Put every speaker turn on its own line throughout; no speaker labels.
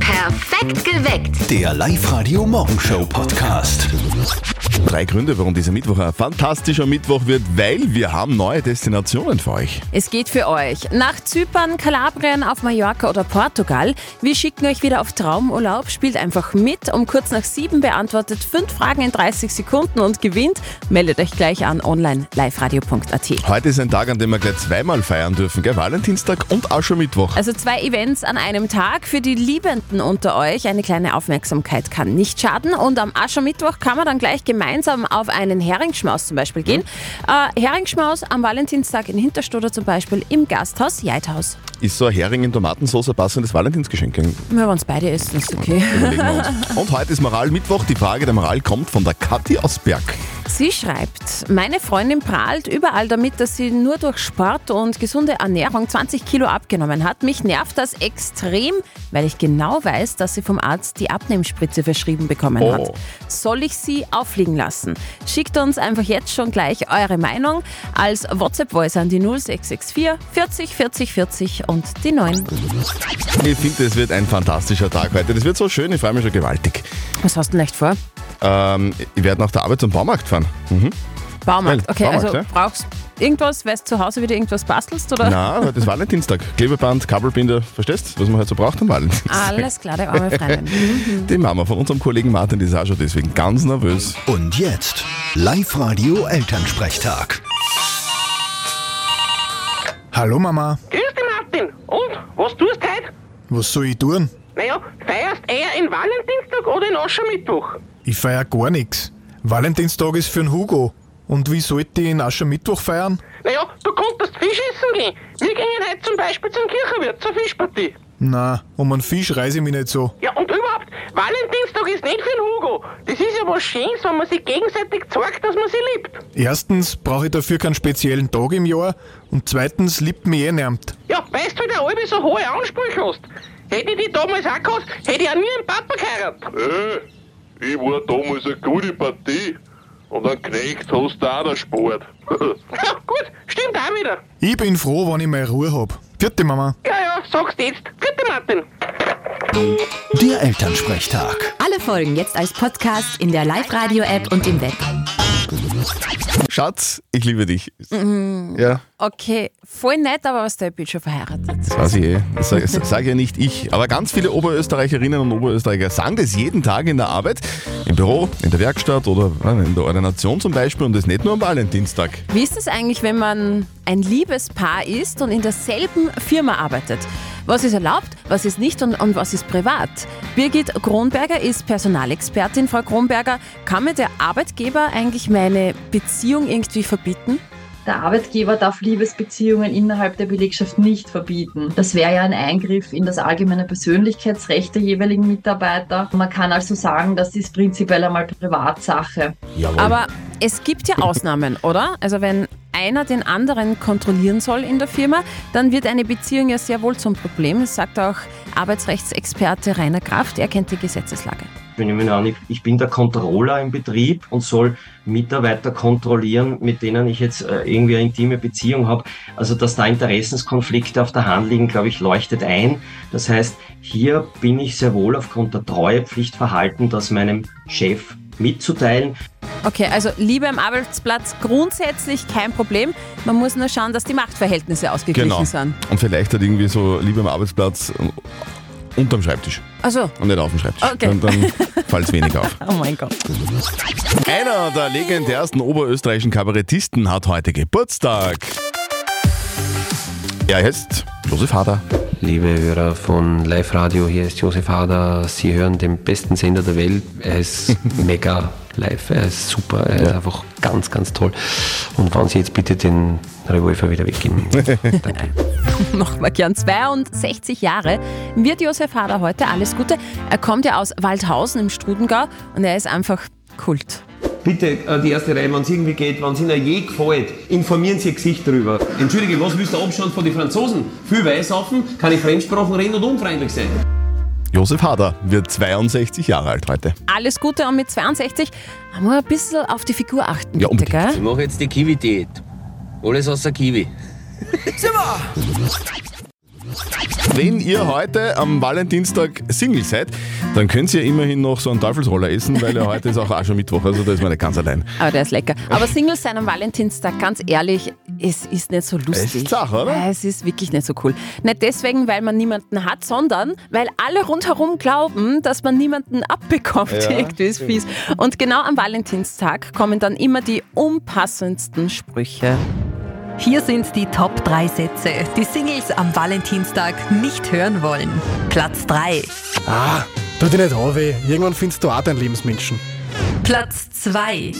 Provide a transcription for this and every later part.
Perfekt geweckt.
Der Live-Radio-Morgenshow-Podcast.
Drei Gründe, warum dieser Mittwoch ein fantastischer Mittwoch wird, weil wir haben neue Destinationen für euch.
Es geht für euch nach Zypern, Kalabrien, auf Mallorca oder Portugal. Wir schicken euch wieder auf Traumurlaub. Spielt einfach mit. Um kurz nach sieben beantwortet fünf Fragen in 30 Sekunden und gewinnt. Meldet euch gleich an online liveradio.at.
Heute ist ein Tag, an dem wir gleich zweimal feiern dürfen, gell? Valentinstag und Aschermittwoch.
Also zwei Events an einem Tag für die Liebenden unter euch. Eine kleine Aufmerksamkeit kann nicht schaden. Und am Aschermittwoch kann man dann gleich gemeinsam auf einen Heringsschmaus zum Beispiel gehen. Äh, Heringsschmaus am Valentinstag in Hinterstoder zum Beispiel im Gasthaus Jeithaus.
Ist so ein Hering in Tomatensauce ein passendes Valentinsgeschenk?
Wenn wir uns beide essen, ist okay.
Überlegen wir uns. Und heute ist Moralmittwoch. Die Frage der Moral kommt von der Kathi aus Berg.
Sie schreibt, meine Freundin prahlt überall damit, dass sie nur durch Sport und gesunde Ernährung 20 Kilo abgenommen hat. Mich nervt das extrem, weil ich genau weiß, dass sie vom Arzt die Abnehmspritze verschrieben bekommen
Oh.
hat. Soll ich sie auffliegen lassen? Schickt uns einfach jetzt schon gleich eure Meinung als WhatsApp-Voice an die 0664 40 40 40 und die 9.
Ich finde, es wird ein fantastischer Tag heute. Das wird so schön, ich freue mich schon gewaltig.
Was hast du denn echt vor?
Ähm, ich werde nach der Arbeit zum Baumarkt fahren.
Baumarkt.
Nein,
Okay,
Baumarkt,
also
ja.
brauchst irgendwas, weißt du zu Hause wieder irgendwas bastelst oder?
Na, heute ist Valentinstag. Klebeband, Kabelbinder, verstehst du, was man heute so braucht am Valentinstag?
Alles klar, der arme Freundin.
Die Mama von unserem Kollegen Martin, die ist auch schon deswegen ganz nervös.
Und jetzt Live-Radio-Elternsprechtag.
Hallo Mama,
Grüß dich, Martin. Und, was tust du heute?
was soll ich tun?
Naja, feierst eher in Valentinstag oder in Aschermittwoch?
Ich feier gar nichts. Valentinstag ist für den Hugo. Und wie sollte ich ihn Aschermittwoch feiern?
Naja, du konntest Fisch essen gehen. Wir gingen heute zum Beispiel zum Kirchenwirt zur Fischpartie.
Na, um einen Fisch reise ich mich nicht so.
Ja, und überhaupt, Valentinstag ist nicht für den Hugo. Das ist ja was Schönes, wenn man sich gegenseitig zeigt, dass man sie liebt.
Erstens brauche ich dafür keinen speziellen Tag im Jahr und zweitens liebt mich eh niemand.
Ja, weißt du, wie der Albi so hohe Ansprüche hast. Hätte ich die damals auch gehabt, hätte ich auch nie einen Papa geheiratet.
Hey, ich war damals eine gute Partie. Und einen Knecht hast du auch der Sport.
Ja, gut, stimmt auch wieder.
Ich bin froh, wenn ich meine Ruhe hab. Vierte Mama.
Ja, ja, sagst jetzt. Vierte Martin.
Der Elternsprechtag.
Alle Folgen jetzt als Podcast in der Live-Radio-App und im Web.
Schatz, ich liebe dich. Ja,
Okay, voll nett, aber was der Bildschirm verheiratet.
das weiß ich eh. Das sage sag ja nicht ich. Aber ganz viele Oberösterreicherinnen und Oberösterreicher sagen das jeden Tag in der Arbeit, im Büro, in der Werkstatt oder in der Ordination zum Beispiel und das nicht nur am Valentinstag.
Wie ist es eigentlich, wenn man ein Liebespaar ist und in derselben Firma arbeitet? Was ist erlaubt, was ist nicht und, und was ist privat? Birgit Kronberger ist Personalexpertin. Frau Kronberger, kann mir der Arbeitgeber eigentlich meine Beziehung irgendwie verbieten?
Der Arbeitgeber darf Liebesbeziehungen innerhalb der Belegschaft nicht verbieten. Das wäre ja ein Eingriff in das allgemeine Persönlichkeitsrecht der jeweiligen Mitarbeiter. Man kann also sagen, das ist prinzipiell einmal Privatsache.
Aber es gibt ja Ausnahmen, oder? Also wenn einer den anderen kontrollieren soll in der Firma, dann wird eine Beziehung ja sehr wohl zum Problem. Das sagt auch Arbeitsrechtsexperte Rainer Kraft. Er kennt die Gesetzeslage.
Ich nehme an, ich- ich bin der Controller im Betrieb und soll Mitarbeiter kontrollieren, mit denen ich jetzt äh, irgendwie eine intime Beziehung habe. Also, dass da Interessenskonflikte auf der Hand liegen, glaube ich, leuchtet ein. Das heißt, hier bin ich sehr wohl aufgrund der Treuepflicht verhalten, das meinem Chef mitzuteilen.
Okay, also Liebe am Arbeitsplatz grundsätzlich kein Problem. Man muss nur schauen, dass die Machtverhältnisse ausgeglichen
Genau.
sind.
Und vielleicht hat irgendwie so lieber am Arbeitsplatz äh, unterm Schreibtisch
Also,
und nicht auf dem Schreibtisch.
Okay.
Und dann fällt es weniger auf.
oh mein Gott.
Einer der legendärsten oberösterreichischen Kabarettisten hat heute Geburtstag. Er heißt Josef Hader.
Liebe Hörer von Live Radio, hier ist Josef Hader. Sie hören den besten Sender der Welt. Er ist mega live, er ist super, er ist einfach ganz, ganz toll. Und wollen Sie jetzt bitte den Revolver wieder weggeben? Danke.
Nochmal gern 62 Jahre wird Josef Hader heute. Alles Gute. Er kommt ja aus Waldhausen im Strudengau und er ist einfach Kult.
Bitte, die erste Reihe, wenn es irgendwie geht, wenn es Ihnen je gefällt, informieren Sie Ihr Gesicht drüber.
Entschuldige, was willst du Abstand von den Franzosen? Viel Weißhaufen, keine Fremdsprachen reden und unfreundlich sein.
Josef Hader wird 62 Jahre alt heute.
Alles Gute und mit 62 haben wir ein bisschen auf die Figur achten,
Ja,
bitte,
unbedingt.
gell?
mache jetzt die Kiwi-Diät. Alles außer Kiwi.
Wenn ihr heute am Valentinstag Single seid, dann könnt ihr immerhin noch so einen Teufelsroller essen, weil ja heute ist auch Aschermittwoch, also da ist man nicht ganz allein.
Aber der ist lecker. Aber Singles sein am Valentinstag, ganz ehrlich, es ist nicht so lustig.
Echt Sache, oder?
Ja, Es ist wirklich nicht so cool. Nicht deswegen, weil man niemanden hat, sondern weil alle rundherum glauben, dass man niemanden abbekommt.
Ja,
Irgendwie ist fies. Und genau am Valentinstag kommen dann immer die unpassendsten Sprüche.
Hier sind die Top 3 Sätze, die Singles am Valentinstag nicht hören wollen. Platz 3.
Ah, tu dich nicht an, weh. Irgendwann findest du auch deinen Lebensmenschen.
Platz 2.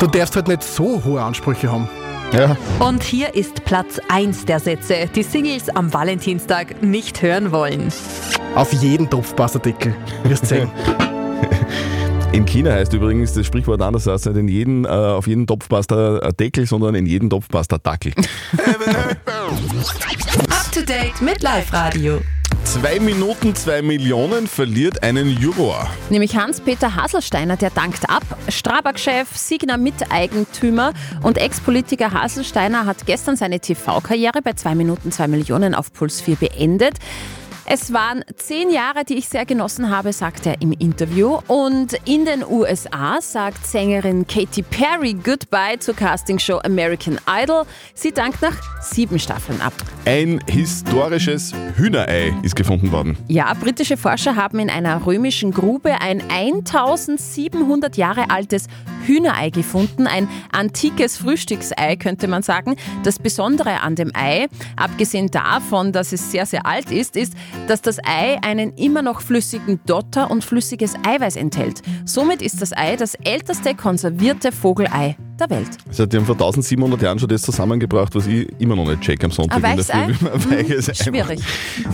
Du darfst halt nicht so hohe Ansprüche haben.
Ja.
Und hier ist Platz 1 der Sätze, die Singles am Valentinstag nicht hören wollen.
Auf jeden Topfpasterdeckel. Wirst sehen.
In China heißt übrigens das Sprichwort anders, heißt nicht in jeden, äh, auf jeden Topfpasta äh, Deckel, sondern in jeden Topfpasta Dackel.
Up to date mit Live Radio.
zwei Minuten, zwei Millionen verliert einen Juror.
Nämlich Hans-Peter Haselsteiner, der dankt ab. Strabag-Chef, Signa-Miteigentümer und Ex-Politiker Haselsteiner hat gestern seine TV-Karriere bei 2 Minuten 2 Millionen auf Puls 4 beendet. Es waren zehn Jahre, die ich sehr genossen habe, sagt er im Interview. Und in den USA sagt Sängerin Katy Perry Goodbye zur Castingshow American Idol. Sie dankt nach sieben Staffeln ab.
Ein historisches Hühnerei ist gefunden worden.
Ja, britische Forscher haben in einer römischen Grube ein 1700 Jahre altes Hühnerei gefunden. Ein antikes Frühstücksei, könnte man sagen. Das Besondere an dem Ei, abgesehen davon, dass es sehr, sehr alt ist, ist, dass das Ei einen immer noch flüssigen Dotter und flüssiges Eiweiß enthält. Somit ist das Ei das älteste konservierte Vogelei der Welt.
Also die haben vor 1700 Jahren schon das zusammengebracht, was ich immer noch nicht check am Sonntag
Ein
in der Früh.
weiches Ei?
Ein weiches
Hm,
Ei.
schwierig.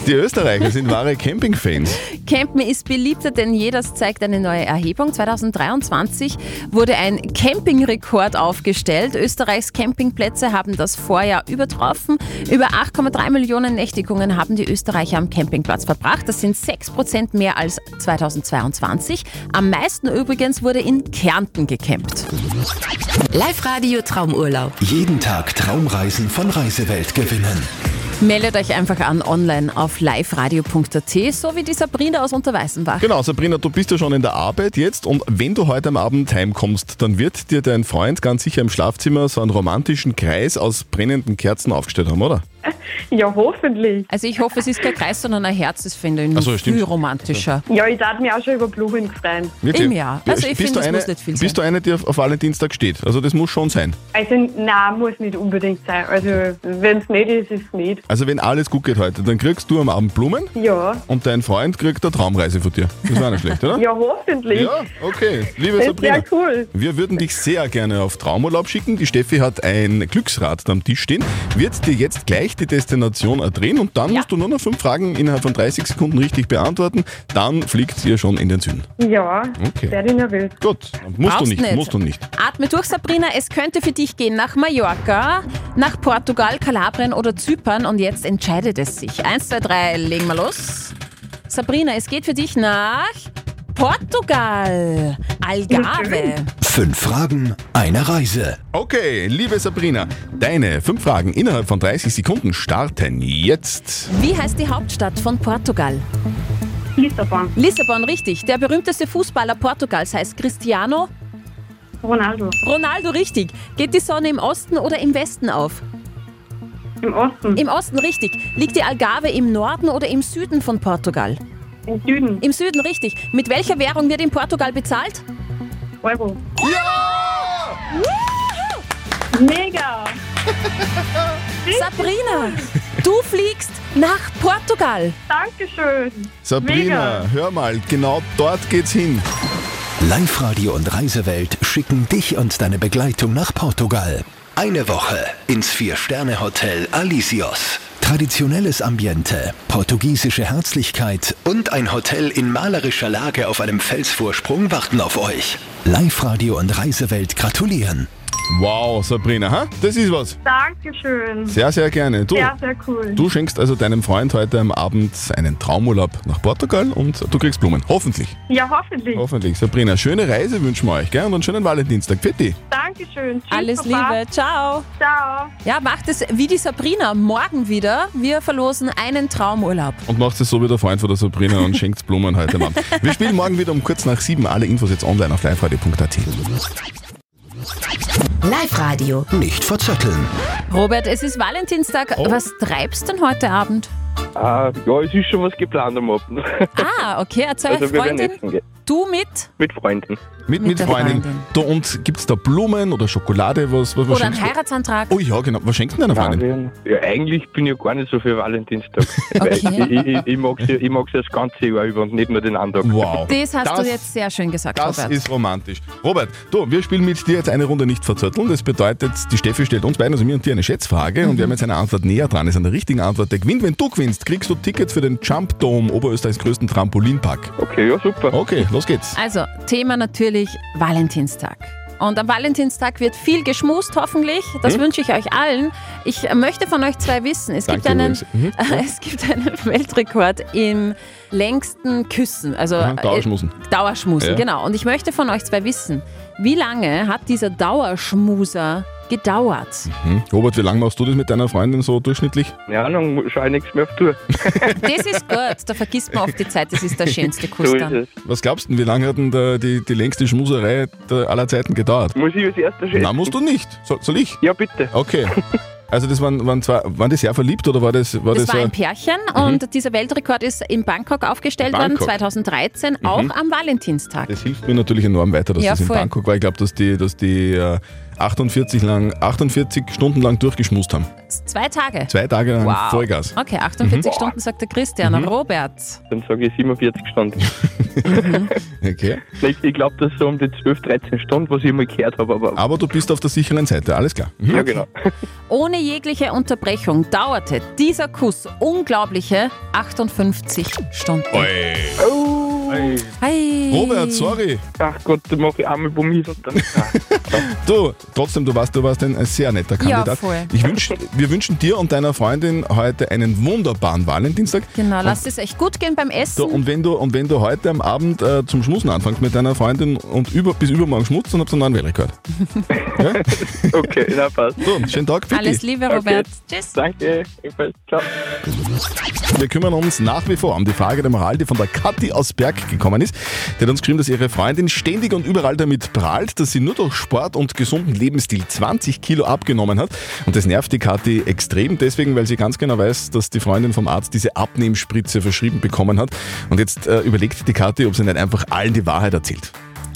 Die Österreicher sind wahre Campingfans.
Campen ist beliebter denn je, das zeigt eine neue Erhebung. 2023 wurde ein Campingrekord aufgestellt. Österreichs Campingplätze haben das Vorjahr übertroffen. Über 8,3 Millionen Nächtigungen haben die Österreicher am Campingplatz verbracht. Das sind 6 Prozent mehr als 2022. Am meisten übrigens wurde in Kärnten gecampt.
Live Radio Traumurlaub.
Jeden Tag Traumreisen von Reisewelt gewinnen.
Meldet euch einfach an online auf liveradio.at, so wie die Sabrina aus Unterweißenbach.
Genau, Sabrina, du bist ja schon in der Arbeit jetzt und wenn du heute am Abend heimkommst, dann wird dir dein Freund ganz sicher im Schlafzimmer so einen romantischen Kreis aus brennenden Kerzen aufgestellt haben, oder?
Ja, hoffentlich.
Also ich hoffe, es ist kein Kreis, sondern ein Herz. Das finde ich
Ach so, stimmt.
viel romantischer.
Ja, ich darf mich auch schon über Blumen freuen.
Wirklich?
Im Jahr. Also ich
Bist
finde,
du
es
eine-
muss nicht viel
Bist du eine, die auf, auf Valentinstag steht? Also das muss schon sein.
Also, nein, muss nicht unbedingt sein. Also, wenn es nicht ist, ist es nicht.
Also wenn alles gut geht heute, dann kriegst du am Abend Blumen
Ja.
und dein Freund kriegt eine Traumreise von dir. Das war nicht schlecht, oder?
Ja, hoffentlich.
Ja, okay. Liebe
Das
Sabrina.
wär cool.
Wir würden dich sehr gerne auf Traumurlaub schicken. Die Steffi hat ein Glücksrad am Tisch stehen. Wird dir jetzt gleich die Destination erdrehen und dann musst du nur noch fünf Fragen innerhalb von 30 Sekunden richtig beantworten. Dann fliegt ihr schon in den Süden.
Ja,
Okay.
werde ich nervös.
Gut, musst du
Brauchst
nicht,
nicht.
musst du nicht.
Atme durch, Sabrina. Es könnte für dich gehen nach Mallorca, nach Portugal, Kalabrien oder Zypern. Und jetzt entscheidet es sich. Eins, zwei, drei, legen wir los. Sabrina, es geht für dich nach Portugal. Algarve.
Fünf Fragen, eine Reise.
Okay, liebe Sabrina, deine fünf Fragen innerhalb von 30 Sekunden starten jetzt.
Wie heißt die Hauptstadt von Portugal?
Lissabon.
Lissabon, richtig. Der berühmteste Fußballer Portugals heißt Cristiano
Ronaldo.
Ronaldo, richtig. Geht die Sonne im Osten oder im Westen auf?
Im Osten.
Im Osten, richtig. Liegt die Algarve im Norden oder im Süden von Portugal?
Im Süden.
Im Süden, richtig. Mit welcher Währung wird in Portugal bezahlt?
Euro.
Ja!
Mega!
Sabrina, du fliegst nach Portugal.
Dankeschön!
Sabrina,
Mega.
hör mal, genau dort geht's hin.
Live-Radio und Reisewelt schicken dich und deine Begleitung nach Portugal. Eine Woche ins Vier-Sterne-Hotel Alisios. Traditionelles Ambiente, portugiesische Herzlichkeit und ein Hotel in malerischer Lage auf einem Felsvorsprung warten auf euch. Live-Radio und Reisewelt gratulieren.
Wow, Sabrina, ha? das ist was.
Dankeschön!
Sehr, sehr gerne. Du,
Sehr, sehr cool.
Du schenkst also deinem Freund heute am Abend einen Traumurlaub nach Portugal und du kriegst Blumen. Hoffentlich.
Ja, hoffentlich.
Hoffentlich. Sabrina, schöne Reise wünschen wir euch, gell? Und einen schönen Valentinstag. Fitti.
Danke. Dankeschön. Tschüss,
Alles
Baba.
Liebe, ciao.
Ciao.
Ja, macht es wie die Sabrina morgen wieder. Wir verlosen einen Traumurlaub.
Und macht es so wie der Freund von der Sabrina und schenkt Blumen heute Abend. Wir spielen morgen wieder um kurz nach sieben. Alle Infos jetzt online auf liveradio.at.
Live Radio.
Nicht verzetteln.
Robert, es ist Valentinstag. Was treibst denn heute Abend?
Oh. Ah, ja, es ist schon was geplant am Abend.
Ah, okay, erzähl
also wir werden
Freundin.
essen gehen.
Du mit?
Mit Freunden.
Mit,
Mit
mit
der
Freundin.
Freundin.
Da, und gibt es da Blumen oder Schokolade? Was, was, was
Oder einen
schenkst du?
Heiratsantrag?
Oh ja, genau. Was schenkt denn deine Freundin?
Ja, eigentlich bin ich ja gar nicht so für Valentinstag. Weil
Okay.
Ich, ich, ich mag ja, ich mag's ja das ganze Jahr über und nicht nur den anderen.
Wow.
Das hast
Das-
du jetzt sehr schön gesagt,
Das
Robert.
ist romantisch. Robert, du, wir spielen mit dir jetzt eine Runde nicht verzötteln. Das bedeutet, die Steffi stellt uns beiden, also mir und dir, eine Schätzfrage. Und wir haben jetzt eine Antwort näher dran. Ist an der richtigen Antwort. Der gewinnt. Wenn du gewinnst, kriegst du Tickets für den Jump Dome, Oberösterreichs größten Trampolinpark.
Okay, ja, super.
Okay, los geht's.
Also, Thema natürlich Valentinstag. Und am Valentinstag wird viel geschmust, hoffentlich. Das
Mhm.
wünsche ich euch allen. Ich möchte von euch zwei wissen. Es, gibt
Danke
einen,
übrigens. Mhm. Ja.
es gibt einen Weltrekord im längsten Küssen. Also,
Aha,
äh,
Dauerschmusen.
Dauerschmusen,
Ja.
genau. Und ich möchte von euch zwei wissen, wie lange hat dieser Dauerschmuser gedauert?
Hm. Robert, wie lange machst du das mit deiner Freundin so durchschnittlich?
Ja, dann schau ich nichts mehr auf Tour.
Das ist gut, da vergisst man oft die Zeit, das ist der schönste Kuss dann.
Was glaubst du denn, wie lange hat denn der, die, die längste Schmuserei der aller Zeiten gedauert?
Muss ich als erster schätzen?
Nein, musst du nicht. Soll, soll ich?
Ja, bitte.
Okay. Also das waren, waren zwei, waren die sehr verliebt oder war das... War
Das
das,
war
äh,
ein Pärchen und dieser Weltrekord ist in Bangkok aufgestellt
Bangkok. Mhm.
worden, 2013, auch am Valentinstag.
Das hilft mir natürlich enorm weiter, dass
Ja,
das in
voll.
Bangkok war. Ich glaube, dass die, dass die äh, 48, lang, 48 Stunden lang durchgeschmust haben.
Zwei Tage.
Zwei Tage lang
Wow.
Vollgas.
Okay, 48
Mhm.
Stunden sagt der Christian.
Mhm.
Robert,
Dann sage ich 47 Stunden.
Okay.
Ich, ich glaube, das ist so um die 12, 13 Stunden, was ich mal gehört habe. Aber,
aber du bist auf der sicheren Seite, alles klar. Mhm.
Ja, genau.
ohne jegliche Unterbrechung dauerte dieser Kuss unglaubliche 58 Stunden.
Oi.
Oh.
Hey.
Robert, sorry.
Ach Gott, da mache ich einmal Bummis und dann.
Du, trotzdem, du warst, du warst ein sehr netter
Ja,
Kandidat.
voll.
Ich wünsch, wir wünschen dir und deiner Freundin heute einen wunderbaren Valentinstag.
Genau,
Und-
lasst es echt gut gehen beim
So,
Essen.
und wenn du, und wenn du heute am Abend äh, zum Schmusen anfängst mit deiner Freundin und über, bis übermorgen schmutzt, dann habt ihr einen neuen Weltrekord.
okay, na passt.
So, schönen Tag, bitte.
Alles Liebe, Robert. Tschüss.
Danke, ebenfalls. Ciao.
Wir kümmern uns nach wie vor um die Frage der Moral, die von der Kathi aus Berg gekommen ist. Die hat uns geschrieben, dass ihre Freundin ständig und überall damit prahlt, dass sie nur durch Sport und gesunden Lebensstil 20 Kilo abgenommen hat. Und das nervt die Kathi extrem, deswegen, weil sie ganz genau weiß, dass die Freundin vom Arzt diese Abnehmspritze verschrieben bekommen hat. Und jetzt äh, überlegt die Kathi, ob sie nicht einfach allen die Wahrheit erzählt.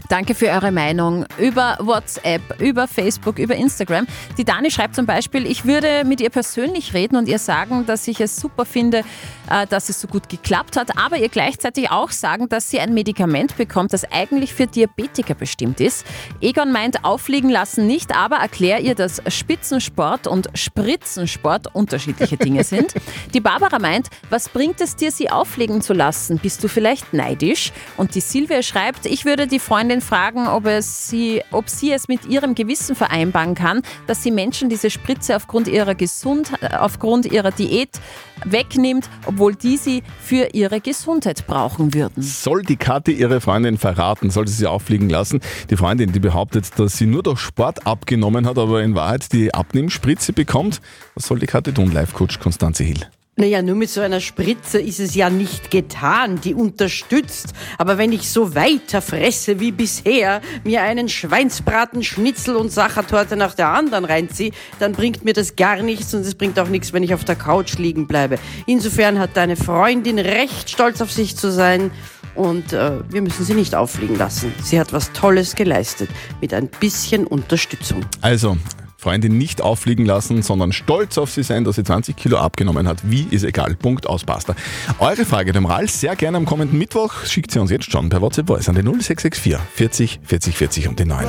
Danke für eure Meinung über WhatsApp, über Facebook, über Instagram. Die Dani schreibt zum Beispiel, ich würde mit ihr persönlich reden und ihr sagen, dass ich es super finde, äh, dass es so gut geklappt hat, aber ihr gleichzeitig auch sagen, dass sie ein Medikament bekommt, das eigentlich für Diabetiker bestimmt ist. Egon meint, aufliegen lassen nicht, aber erklär ihr, dass Spitzensport und Spritzensport unterschiedliche Dinge sind. Die Barbara meint, was bringt es dir, sie auflegen zu lassen? Bist du vielleicht neidisch? Und die Silvia schreibt, ich würde die Freundin fragen, ob, es sie, ob sie es mit ihrem Gewissen vereinbaren kann, dass sie Menschen diese Spritze aufgrund ihrer Gesundheit, aufgrund ihrer Diät wegnimmt, obwohl die sie für ihre Gesundheit brauchen würden.
Soll die Kathi ihre Freundin verraten? Soll sie sie auffliegen lassen? Die Freundin, die behauptet, dass sie nur durch Sport abgenommen hat, aber in Wahrheit die Abnehmspritze bekommt. Was soll die Kathi tun? Live-Coach Konstanze Hill.
Naja, nur mit so einer Spritze ist es ja nicht getan, die unterstützt. Aber wenn ich so weiter fresse wie bisher, mir einen Schweinsbraten, Schnitzel und Sachertorte nach der anderen reinziehe, dann bringt mir das gar nichts und es bringt auch nichts, wenn ich auf der Couch liegen bleibe. Insofern hat deine Freundin recht, stolz auf sich zu sein. Und äh, wir müssen sie nicht auffliegen lassen. Sie hat was Tolles geleistet. Mit ein bisschen Unterstützung.
Also, Freundin nicht auffliegen lassen, sondern stolz auf sie sein, dass sie 20 Kilo abgenommen hat. Wie ist egal. Punkt aus Basta. Eure Frage dem Ralf sehr gerne am kommenden Mittwoch. Schickt sie uns jetzt schon per WhatsApp Voice an die 0664 40 40 40 und die 9.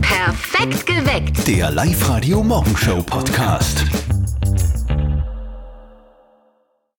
Perfekt geweckt.
Der Live-Radio Morgenshow Podcast.